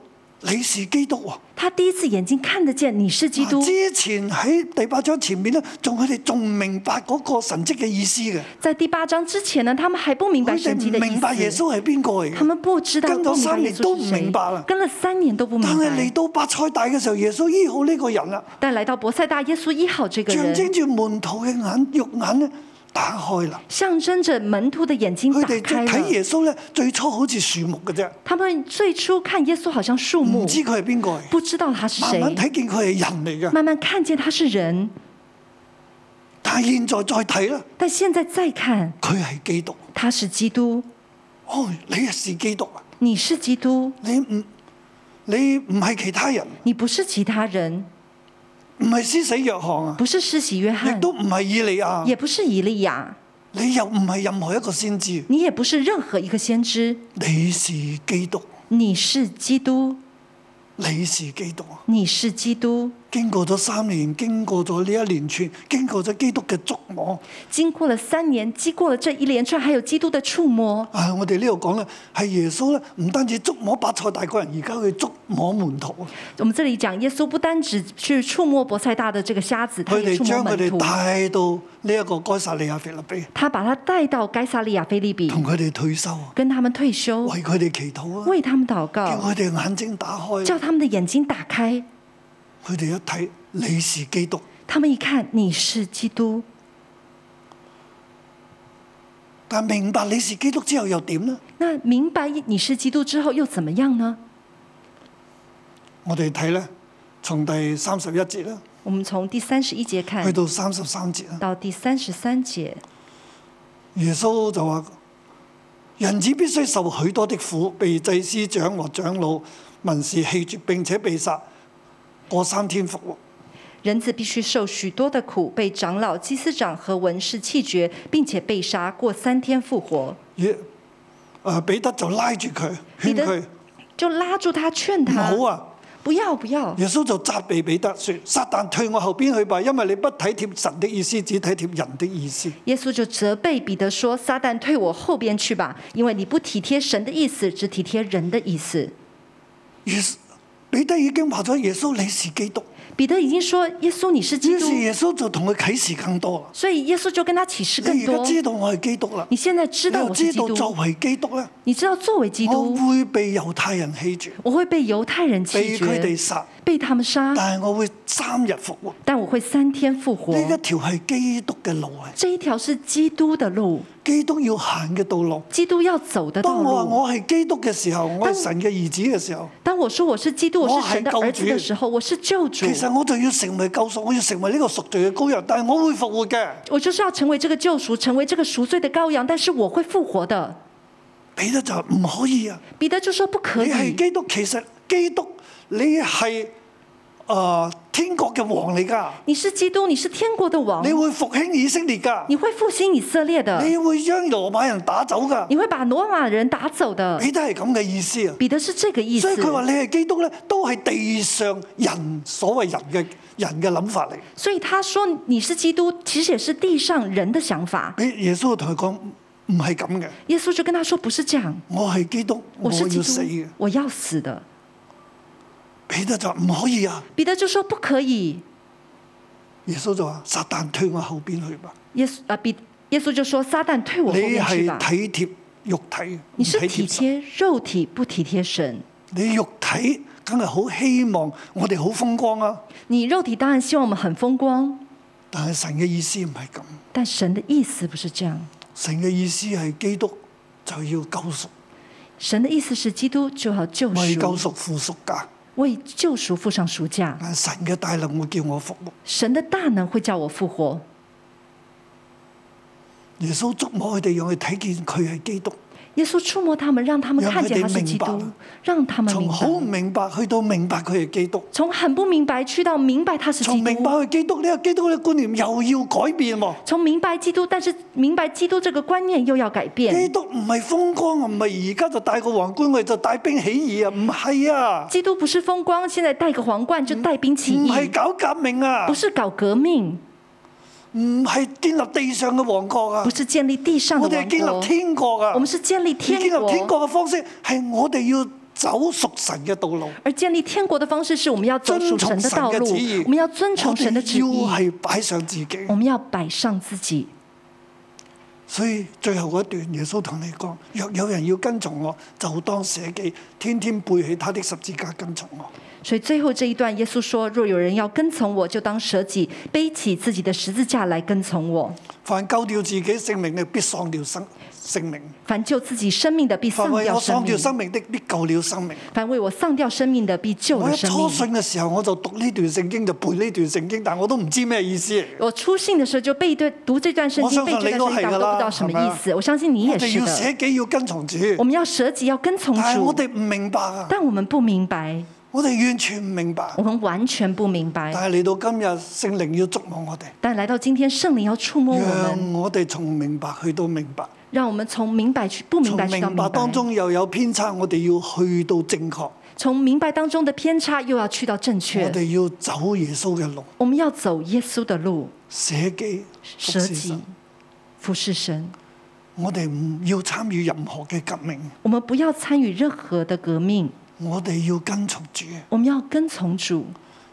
你是基督喎。”他第一次眼睛看得见你是基督嗱。之前喺第八章前面咧，仲佢哋仲唔明白嗰個神蹟嘅意思嘅，在第八章之前呢，他们还不明白佢哋神迹的唔意明白耶思，穌係邊個嚟他嘅。们不知道，跟咗不明白三耶年都稣唔是明谁白啦，跟了三年都不但明係嚟白。到伯賽大嘅時候，耶穌醫好呢個人啦。但来到博塞大，耶稣医好这个象人，徵住門徒嘅眼肉眼咧打開啦。象征着門徒的眼睛佢打哋就開睇了。耶穌咧，最初好似樹木嘅啫，他們最初看耶穌好像樹唔木，知佢係邊個嚟。不知道他是慢慢誰，睇見佢係人嚟嘅，慢慢看見他是人，但係現在再睇咧，但現在再看佢係基督。他是基督，哦，你係是基督啊！你是基督，你唔你唔係其他人，你不是其他人，唔係施死約翰啊，不是施洗約亦翰，都唔係以利亞，也不是以利亞，你又唔係任何一個先知，你也不是任何一個先知，你是基督。你是基督。你是基督啊！你是基督。經過咗三年，經過咗呢一連串，經過咗基督嘅觸摸，经过了三年，经過了這一連串，還有基督的觸摸。啊！我哋呢度講咧，係耶穌咧，唔單止觸摸白菜大個人，而家佢觸摸門徒啊！我們這裡講，耶穌不單只去觸摸伯賽大的這個瞎子，他佢也哋觸將摸佢門哋徒，帶到呢一個該撒利亞腓立比，他把他帶到該撒利亞菲利比，同佢哋退休啊，跟他們退休，為佢哋祈禱啊，為他們禱叫告，佢哋眼睛打開啊。叫他們的眼睛打開。佢哋一睇，你是基督。他們一看你是基督，但明白你是基督之後又點呢？那明白你是基督之後又怎麼樣呢？我哋睇咧，從第三十一節啦，我們從第三十一節看去到三十三節啦，到第三十三節，耶穌就話：人子必須受許多的苦，被祭司長和長老、文士棄絕，並且被殺，過三天復活。人子必須受許多的苦，被長老、祭司長和文士棄絕，並且被殺，過三天復活。耶誒彼得就拉住佢，勸彼得佢就拉住他，勸唔他，好啊！不要不要。耶穌就責備彼得說：撒旦退我後邊去吧，因為你不體貼神的意思，只體貼人的意思。耶穌就責備彼得說：“撒旦，退我後邊去吧，因為你不體貼神的意思，只體貼人的意思。耶穌彼得已經話咗耶穌你是基督，”彼得已經說：“耶穌，你是基於督是。耶穌就同佢啟示更多啦。”所以耶穌就跟他啟示更你而多家。知道我係基督啦，你現在知你道又我是知基道作督，為基督哦咧，你知道作為基我督，會被猶太人棄絕，我會被猶太人被棄佢哋絕，殺，被他們殺，但係我會三日復活。但我會三天復活呢。一條係基督嘅路啊，這一條是基督的路，基督要行嘅道路。基督要走的道當我話路。我係基督嘅時候，我係當神嘅兒子嘅時候，當我說我是基督，我我是神的係救兒子的主時候，我是救其。主實我就要成為救贖，我要成為呢個贖罪嘅羔羊，但係我會復活嘅。我就是要成為這個救贖，成為這個贖罪的羔羊，但是我會復活的。彼得就話唔可以啊！彼得就說不可你係以，基督，其實基督你係呃天國嘅王嚟㗎，你是基督，你是天國的王你，會復興以色列㗎。你會復興以色列的，你會將羅馬人打走噶，你會把羅馬人打走的。彼得係咁嘅意思啊。彼得是這個嗯意所以思，佢話你係基督咧，都係地上人所謂人嘅人嘅諗法嚟。所以他說你是基督，其實也是地上人的想法。俾耶穌同佢講唔係咁嘅，耶穌就跟他說不是這樣，我係基督，我我是基要督死嘅，。我要死的。彼得就話唔可以啊。彼得就說不可以，耶穌就話：撒旦推我後邊去吧，耶穌啊，彼耶穌就說：“撒旦退我你後面去吧。係體貼肉體，唔你是體體貼神。貼肉體，不體貼神。你肉體梗係好希望我哋好風光啊，你肉體當然希望我們很風光，但係神嘅意思唔係咁，但神的意思不是這樣。神嘅意思係基督就要救贖，神的意思是基督就要救為救贖，贖付贖價。為救贖付上贖價。但神嘅大能會叫我復活。神的大能會叫我復活。耶穌觸摸佢哋，讓佢睇見佢係基督，耶穌觸摸他們，讓他們看見他是基讓他們明白，督讓他們從明好唔白，明白去到明白佢係基督，從很不明白去到明白他是從基明白督，佢基督呢、個基督嘅觀念又要改變喎。從明白基督，但是明白基督這個觀念又要改基變。督唔係風光啊，唔係而家就戴個皇冠，我哋就帶兵起義啊，唔係啊，基督不是風光，現在戴個皇冠就帶兵起嗯唔係義，搞革命啊不，是搞革命，唔係建立地上嘅王國啊不，是建立地上的我哋係建王立國，天國啊我。們是建立而建天立天國。國嘅方式係我哋要走屬神嘅道路，而建立天國的方式是我們要走遵屬神從的神道嘅路旨意，，我們要遵從神的旨意我，哋要係擺上自己。我們要擺上自己。所以最後嗰段耶穌同你講：若有人要跟從我，就當捨己，天天背起他的十字架跟從我。所以最後這一段，耶穌說：“若有人要跟從我，就當舍己，背起自己的十字架來跟從我。凡救掉自己性命的，必喪掉生性命；凡救自己生命的，必凡喪為掉我生喪掉命；生命的，必救了生命。凡為我喪掉生命的，必救我了一生初命。”信嘅時候，我就讀呢段聖經，就背呢段聖經，但我都唔知咩意思。我初信的時候就背對讀這段聖我經，相背信你這段聖經都係㗎啦啊都不知道什麼意思。我相信你我也哋是要的。捨己，要跟從主。我們要舍己，要跟從但係我主，哋唔明白啊！但我們不明白，我哋完全唔明白啊我。們完全不明白。但係嚟到今日，聖靈要觸摸我哋，但來到今天，聖靈要觸摸我們，讓我哋從明白去到明白。让我们从明白去不明從白去到明白明當白，中又有偏差，我哋要去到正確，从明白当中的偏差又要去到正确我。哋要走耶穌嘅路，我们要走耶稣的路，捨己服舍侍己神。服侍神。我哋唔要參與任何嘅革命，我们不要参与任何的革命，我哋要跟從主。我们要跟从主。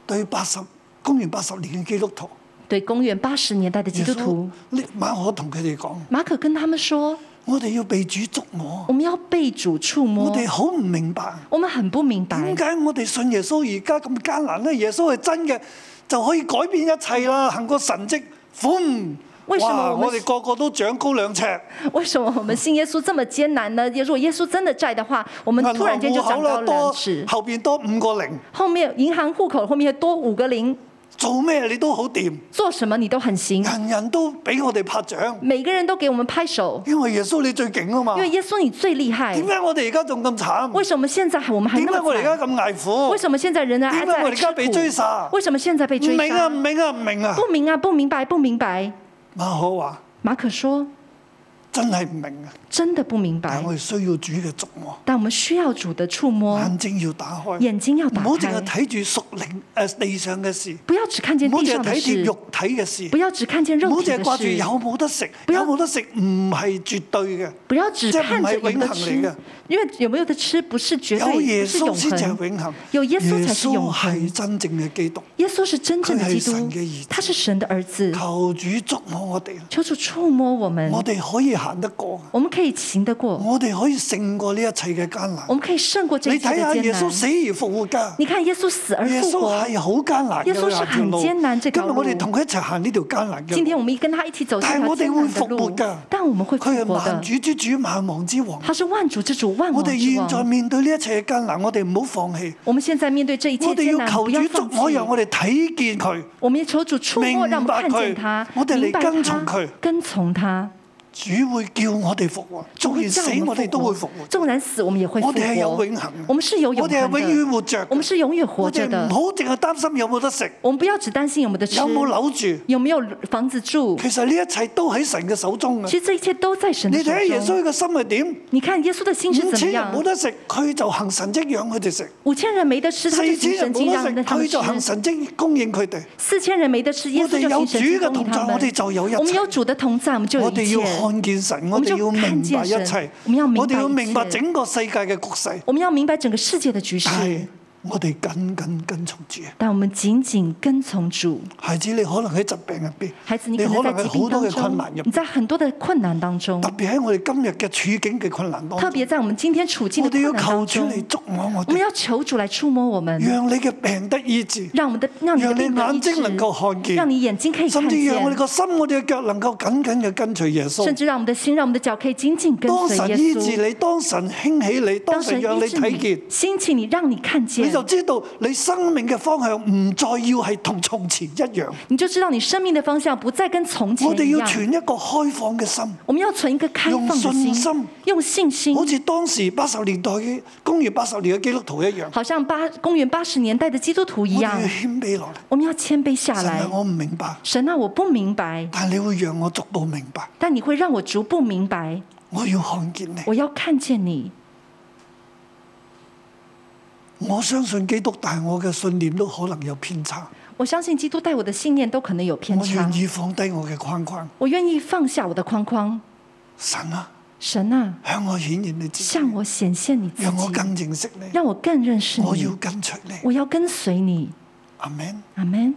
對八十公元八十年嘅基督徒，对公元八十年代的基耶督穌徒，呢晚我同佢哋講，马可跟他们说，我哋要被主捉我，我们要被主触我摸。哋好唔明白。我们很不明白點，解我哋信耶穌而家咁艱難咧？耶穌係真嘅，就可以改變一切啦，行個神蹟，嗯，為什麼哇！我們我哋個個都長高兩尺，为什么我们信耶稣这么艰难呢？如果耶稣真的在的话，我銀们行突然间就戶长口高啦两多尺，後邊多五個零，后面银行户口后面又多五个零，做咩你都好掂，做什么你都很行，人人都俾我哋拍掌，每个人都给我们拍手，因為耶穌你最勁啊嘛因。为耶稣你最厉害點。解我哋而家仲咁为慘？什么现在我们还點那解我么哋而家惨？啊咁捱为苦？什么现在仍然还點解我哋在而家被追吃苦？殺？为什么现在被唔追明啊！杀唔？明啊！唔明啊！不明啊，不明白，不明白。馬可話：马可说，真係唔明啊！真的不明但白係我，哋需要主嘅觸摸，但我们需要主的触摸，眼睛要打開。哦眼睛要唔打好淨係开，睇住屬靈誒地上嘅事，不要只看见唔好地淨上的係睇事住，肉體嘅事不，要只看见唔好肉体淨係的掛住事有。冇得食，不有要冇得食唔係絕對嘅，不要只即係唔看着係有没有永得恆吃嚟嘅，因为有没有得吃不是绝对，有耶不是永穌先至恒。係永恆，有耶穌耶才是永穌恒係真正嘅基督。耶稣是真正的佢係基神嘅兒督子，他是神的儿子。求主觸摸我哋，求主触摸我们，我哋可以行得過，我们可以行得过，我哋可以勝過呢一切嘅艱難我。们可以胜过这你一切睇下的耶艰穌难死。而復活㗎。你看耶稣死而耶复穌活，係好艱難嘅耶穌是有條路，很艱難這今日條路我哋同佢一齊行呢條艱難嘅今天路，我们跟他一起走这但係条我哋艰难的會復活路㗎，但我们会佢复係活的萬。主之主、萬王之王。他是万主之主，万我王哋之現在王。面對呢一切嘅艱難，我哋唔好放棄，我们现在面对这一切我哋艰要难，求不要主放觸摸，弃。讓我哋睇見佢。我们也求主触摸，明让我们白看见佢他，我哋嚟明白跟他從佢，跟从他。主會叫我哋復活，主縱会然叫死我我哋们都复會活，復活。纵然死我们也会复我活。哋係有永恆嘅，我们是有永我哋恒係永遠的，活着嘅。我们是永远活我着哋的唔。好淨係擔心有冇得食，我们不要只担心我们的吃有冇樓住。有没有房子住，其實呢一切都喺神嘅手中嘅。其实这一切都在神你的手睇下耶中。穌嘅心係點？你看耶稣的心是五怎么千人样冇？得食，佢就行神蹟養佢哋食；五千人没得吃，他就四千人行神迹冇让得食，他们佢就行吃；神蹟供應佢哋。四千人没得吃，耶我稣哋就有行主神迹嘅供同应在，他我哋们。就有一我们有切。主的同在，我们就有我一哋要切。看見神，我我們哋就要明白看見一神切，我們要明白我哋要明白一切整個世界嘅局勢。我们要明白整个世界的局势但，係我哋緊緊跟從主。啊但我们紧紧跟从主。孩子，你可能喺疾病入邊，孩子，你你可能可在能疾喺病好多当嘅困難中入，你，在很多的困难当中特，別喺我哋今日嘅處境嘅困難當特中，别在我们今天处境的我困哋要难求当主嚟，中觸摸我我们哋，要求主来触摸我们，讓你嘅病得醫治，让我们的让你的讓你病得医眼治睛能夠看見让你眼睛可以看嗯甚至讓我哋见，個心、我哋嘅腳能夠緊緊嘅跟隨耶甚穌。至让我们的心、让我们的腳可以紧紧跟當随神耶醫治稣。你，當神興起你，當当神神讓你医治睇見你，。兴起你，让你看见你，就知道你生命嘅方向唔再要係同從前一樣。你就知道你生命的方向不再跟从前我哋一要样。存一個開放嘅心，我们要存一个开放用的信心心，用信心好，似當時八十年代嘅公元八十年嘅基督徒一樣。好像八公元八十年代的基督徒一我样哋要，謙卑落嚟。我们要谦卑下神来啊，。我唔明白，神啊，我不明白，但你會讓我逐步明白。但你会让我逐步明白，我要看見你。我要看见你。我相信基督，但係我嘅信念都可能有偏差。我相信基督带我的信念都可能有偏我差願，意放低我嘅框框。我愿意放下我的框框。神啊，神啊，向我顯現你自己，向我显现你自讓我己，更認識你。让我更认识我要你，跟隨你。我要跟随你。阿 Man，阿门。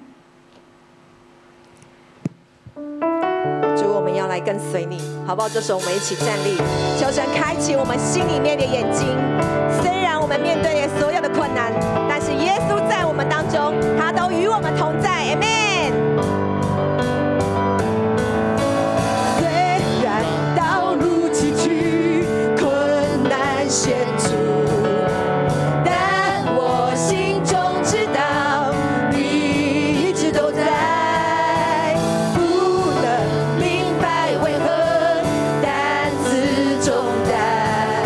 主，我们要来跟随你，好不好？这时候我们一起站立，求神开启我们心里面的眼睛。虽然我们面对所有的困难，但是耶稣在我们当中，他都与我们同在。Amen。虽然道路崎岖，困难险阻。但我心中知道，你一直都在。不能明白为何担子重担，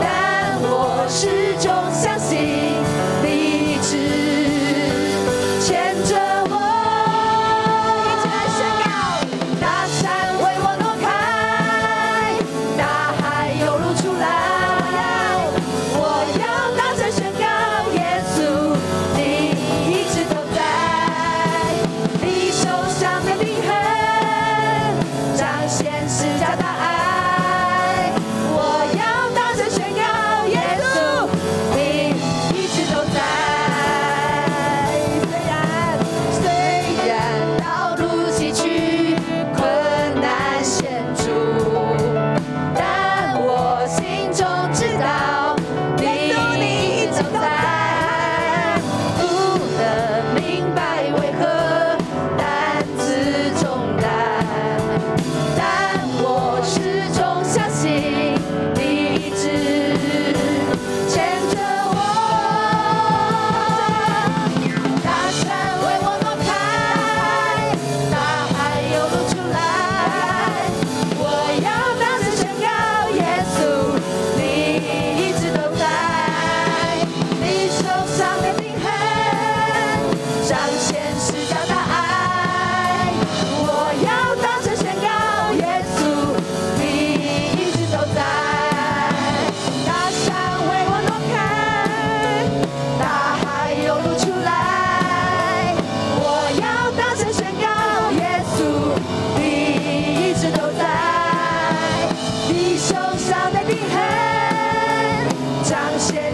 但我始终相信你一直牵着我。一起来宣告，大山为我挪开，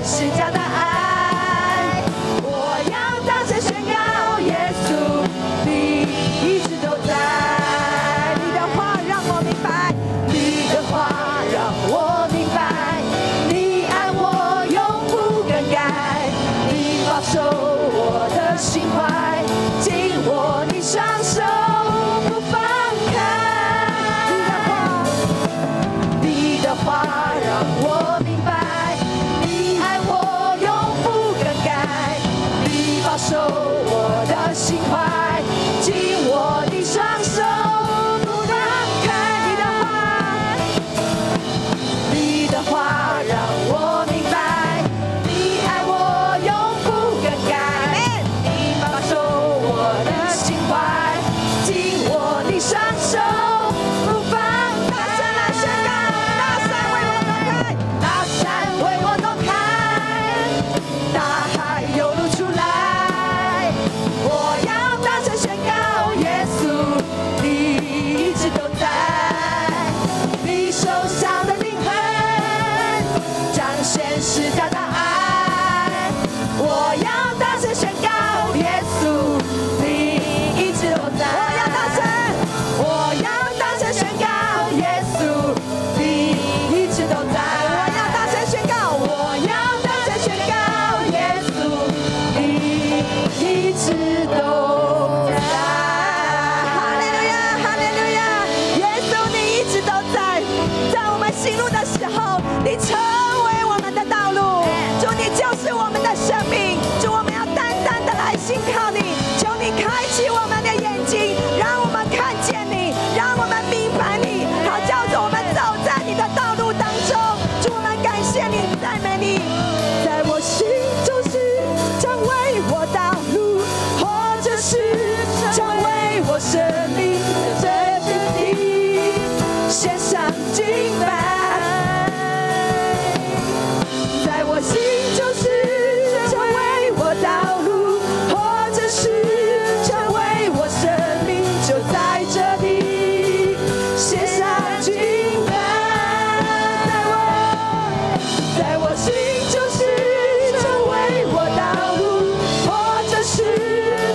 是家的爱。我要大声宣告，耶稣，你一直都在。你的话让我明白，你的话让我明白，你爱我永不更改，你保守我的心怀，紧握你双手不放开。你的话。你的话让我明白，你爱我永不更改，你保守我的心怀，紧握你双手不放开。你的话，你的话让我明白，你爱我永不更改，你保守我的心怀，紧握你双手不放开。大山来宣告，大山为我挪开，大山为我挪开，大海有路出来。我要大声宣告，耶稣，你一直都在。你手上的灵痕，彰显是他的爱。我要大声宣告，耶稣，你一直都在。我要大声，我要大声宣告，耶稣，你一直都在。我要大声宣告，我要大声宣告，耶稣，你一直都在。哈利路亚，哈利路亚，耶稣，你一直都在，在我们行路的时候，你成为我们的道路。主，你就是我们的生命。主，我们要单单的来信靠你。求你开启我们的眼睛，让我们看见你，让我们明白你，好叫着我们走在你的道路当中。主，我们感谢你，赞美你，在我心中是将为我道路，或者是将为我生命的真实地献上敬拜。在我心中是成为我道路，或者是成为我生命，就在这里写下敬拜。在我，在我心中是成为我道路，或者是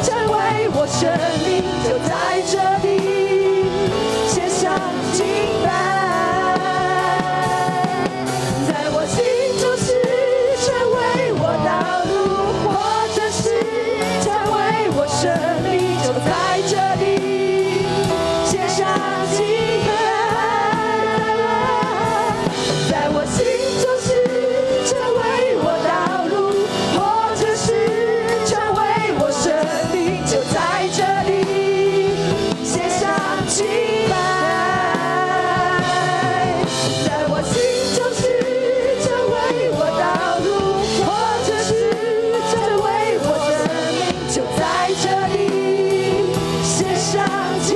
成为我生命，就在这里写上敬拜。在我心中是成为我道路，或者是成为我生命，就在这里写下敬拜。在我心中是成为我道路，或者是成为我生命，就在这里写上敬拜。在我心中是成为我道路，或者是成为我生命，就在这里献上敬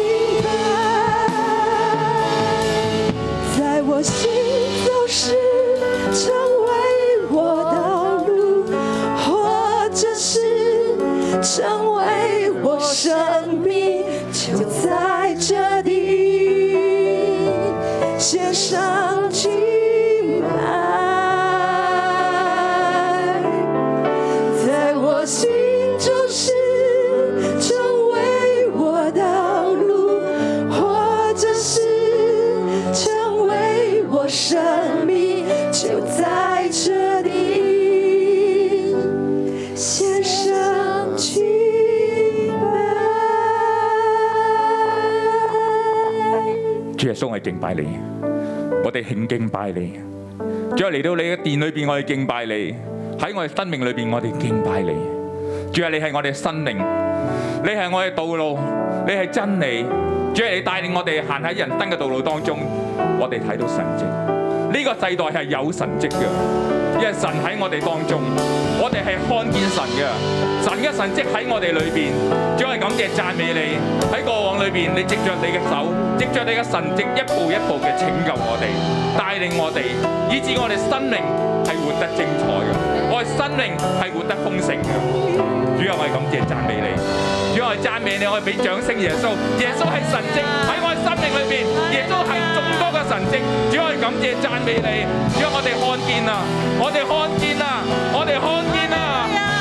拜。在我心中是成为我道路，或者是成为我生命，就在这里。献上敬拜，在我心中是成为我道路，或者是成为我生命，就在这里献上敬拜。主耶穌，我哋敬拜你，我哋慶敬拜你。主啊，嚟到你嘅殿裏边，我哋敬拜你；喺我哋生命裏边，我哋敬拜你。主啊，你係我哋生命，你係我哋道路，你係真理。主啊，你帶領我哋行喺人生嘅道路當中，我哋睇到神迹。呢、個世代係有神迹嘅，因為神喺我哋當中，我哋係看見神嘅，神嘅神迹喺我哋裏邊。主我係感謝讚美你喺過往裏邊，你藉着你嘅手，藉着你嘅神迹，一步一步嘅拯救我哋，帶領我哋，以致我哋生命係活得精彩嘅，我哋生命係活得豐盛嘅。主啊，我哋感謝讚美你。主啊，我哋讚美你，我哋俾掌聲耶穌。耶穌係神蹟喺我哋生命裏邊，耶穌係眾多嘅神蹟。主啊，我哋感謝讚美你。主啊，我哋看見啦，我哋看見啦，我哋看見啦。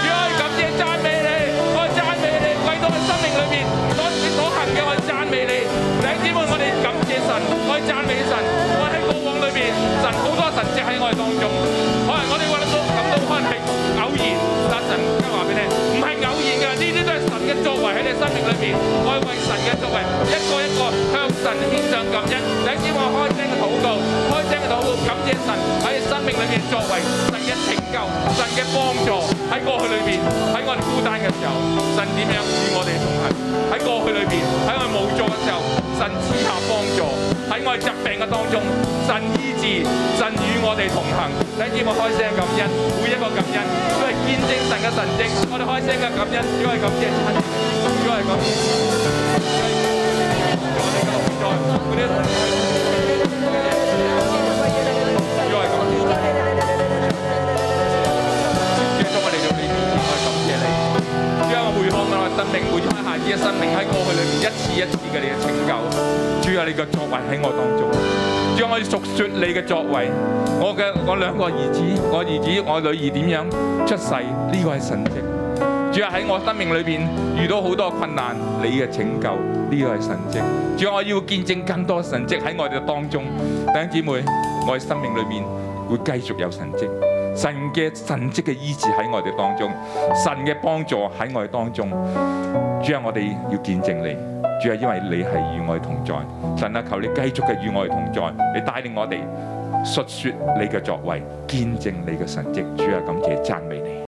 主啊，我哋感謝讚美你，我哋讚美你，跪到我哋生命裏邊所所行嘅，我哋讚美你。弟兄姊妹，我哋感謝神，我哋讚美神。我哋喺過往裏邊，神好多神蹟喺我哋當中。可能我哋話到感到可能係偶然，但神而家話俾你聽，唔係偶然嘅，呢啲都係神嘅作為喺你生命裏邊。我係為神嘅作為，一個一個向神獻上感恩。弟兄姊妹，我開聲嘅禱告，開聲嘅禱告，感謝神喺你生命裏邊作為神嘅拯救、神嘅幫助喺過去裏邊，喺我哋孤單嘅時候，神點樣與我哋同行？喺過去裏邊，喺我哋無助嘅時候，神賜下幫助；喺我哋疾病嘅當中，神醫治，神與我哋同行。弟兄姊妹開聲感恩，每一個感恩都係見證神嘅神蹟。我哋開聲嘅感恩，主要係感謝神，主要係感謝。我哋嘅同在，我哋嘅同在主要係感謝主啊，我哋用你面前去感謝你。主啊，我回看我嘅生命，回看孩子嘅生命喺過去裏面一次一次嘅你嘅拯救。主啊，你嘅作為喺我當中。主啊，我要述說你嘅作為。我嘅我兩個兒子，我兒子我女兒點樣出世？呢個係神蹟。主啊，喺我生命裏邊遇到好多困難，你嘅拯救呢個係神蹟。主啊，我要見證更多神蹟喺我哋當中。弟兄姊妹，我哋生命裏邊會繼續有神蹟。神嘅神蹟嘅醫治喺我哋當中，神嘅幫助喺我哋當中。主啊，我哋要見證你。主啊，因為你係與我哋同在。神啊，求你繼續嘅與我哋同在，你帶領我哋述說你嘅作為，見證你嘅神蹟。主啊，感謝讚美你。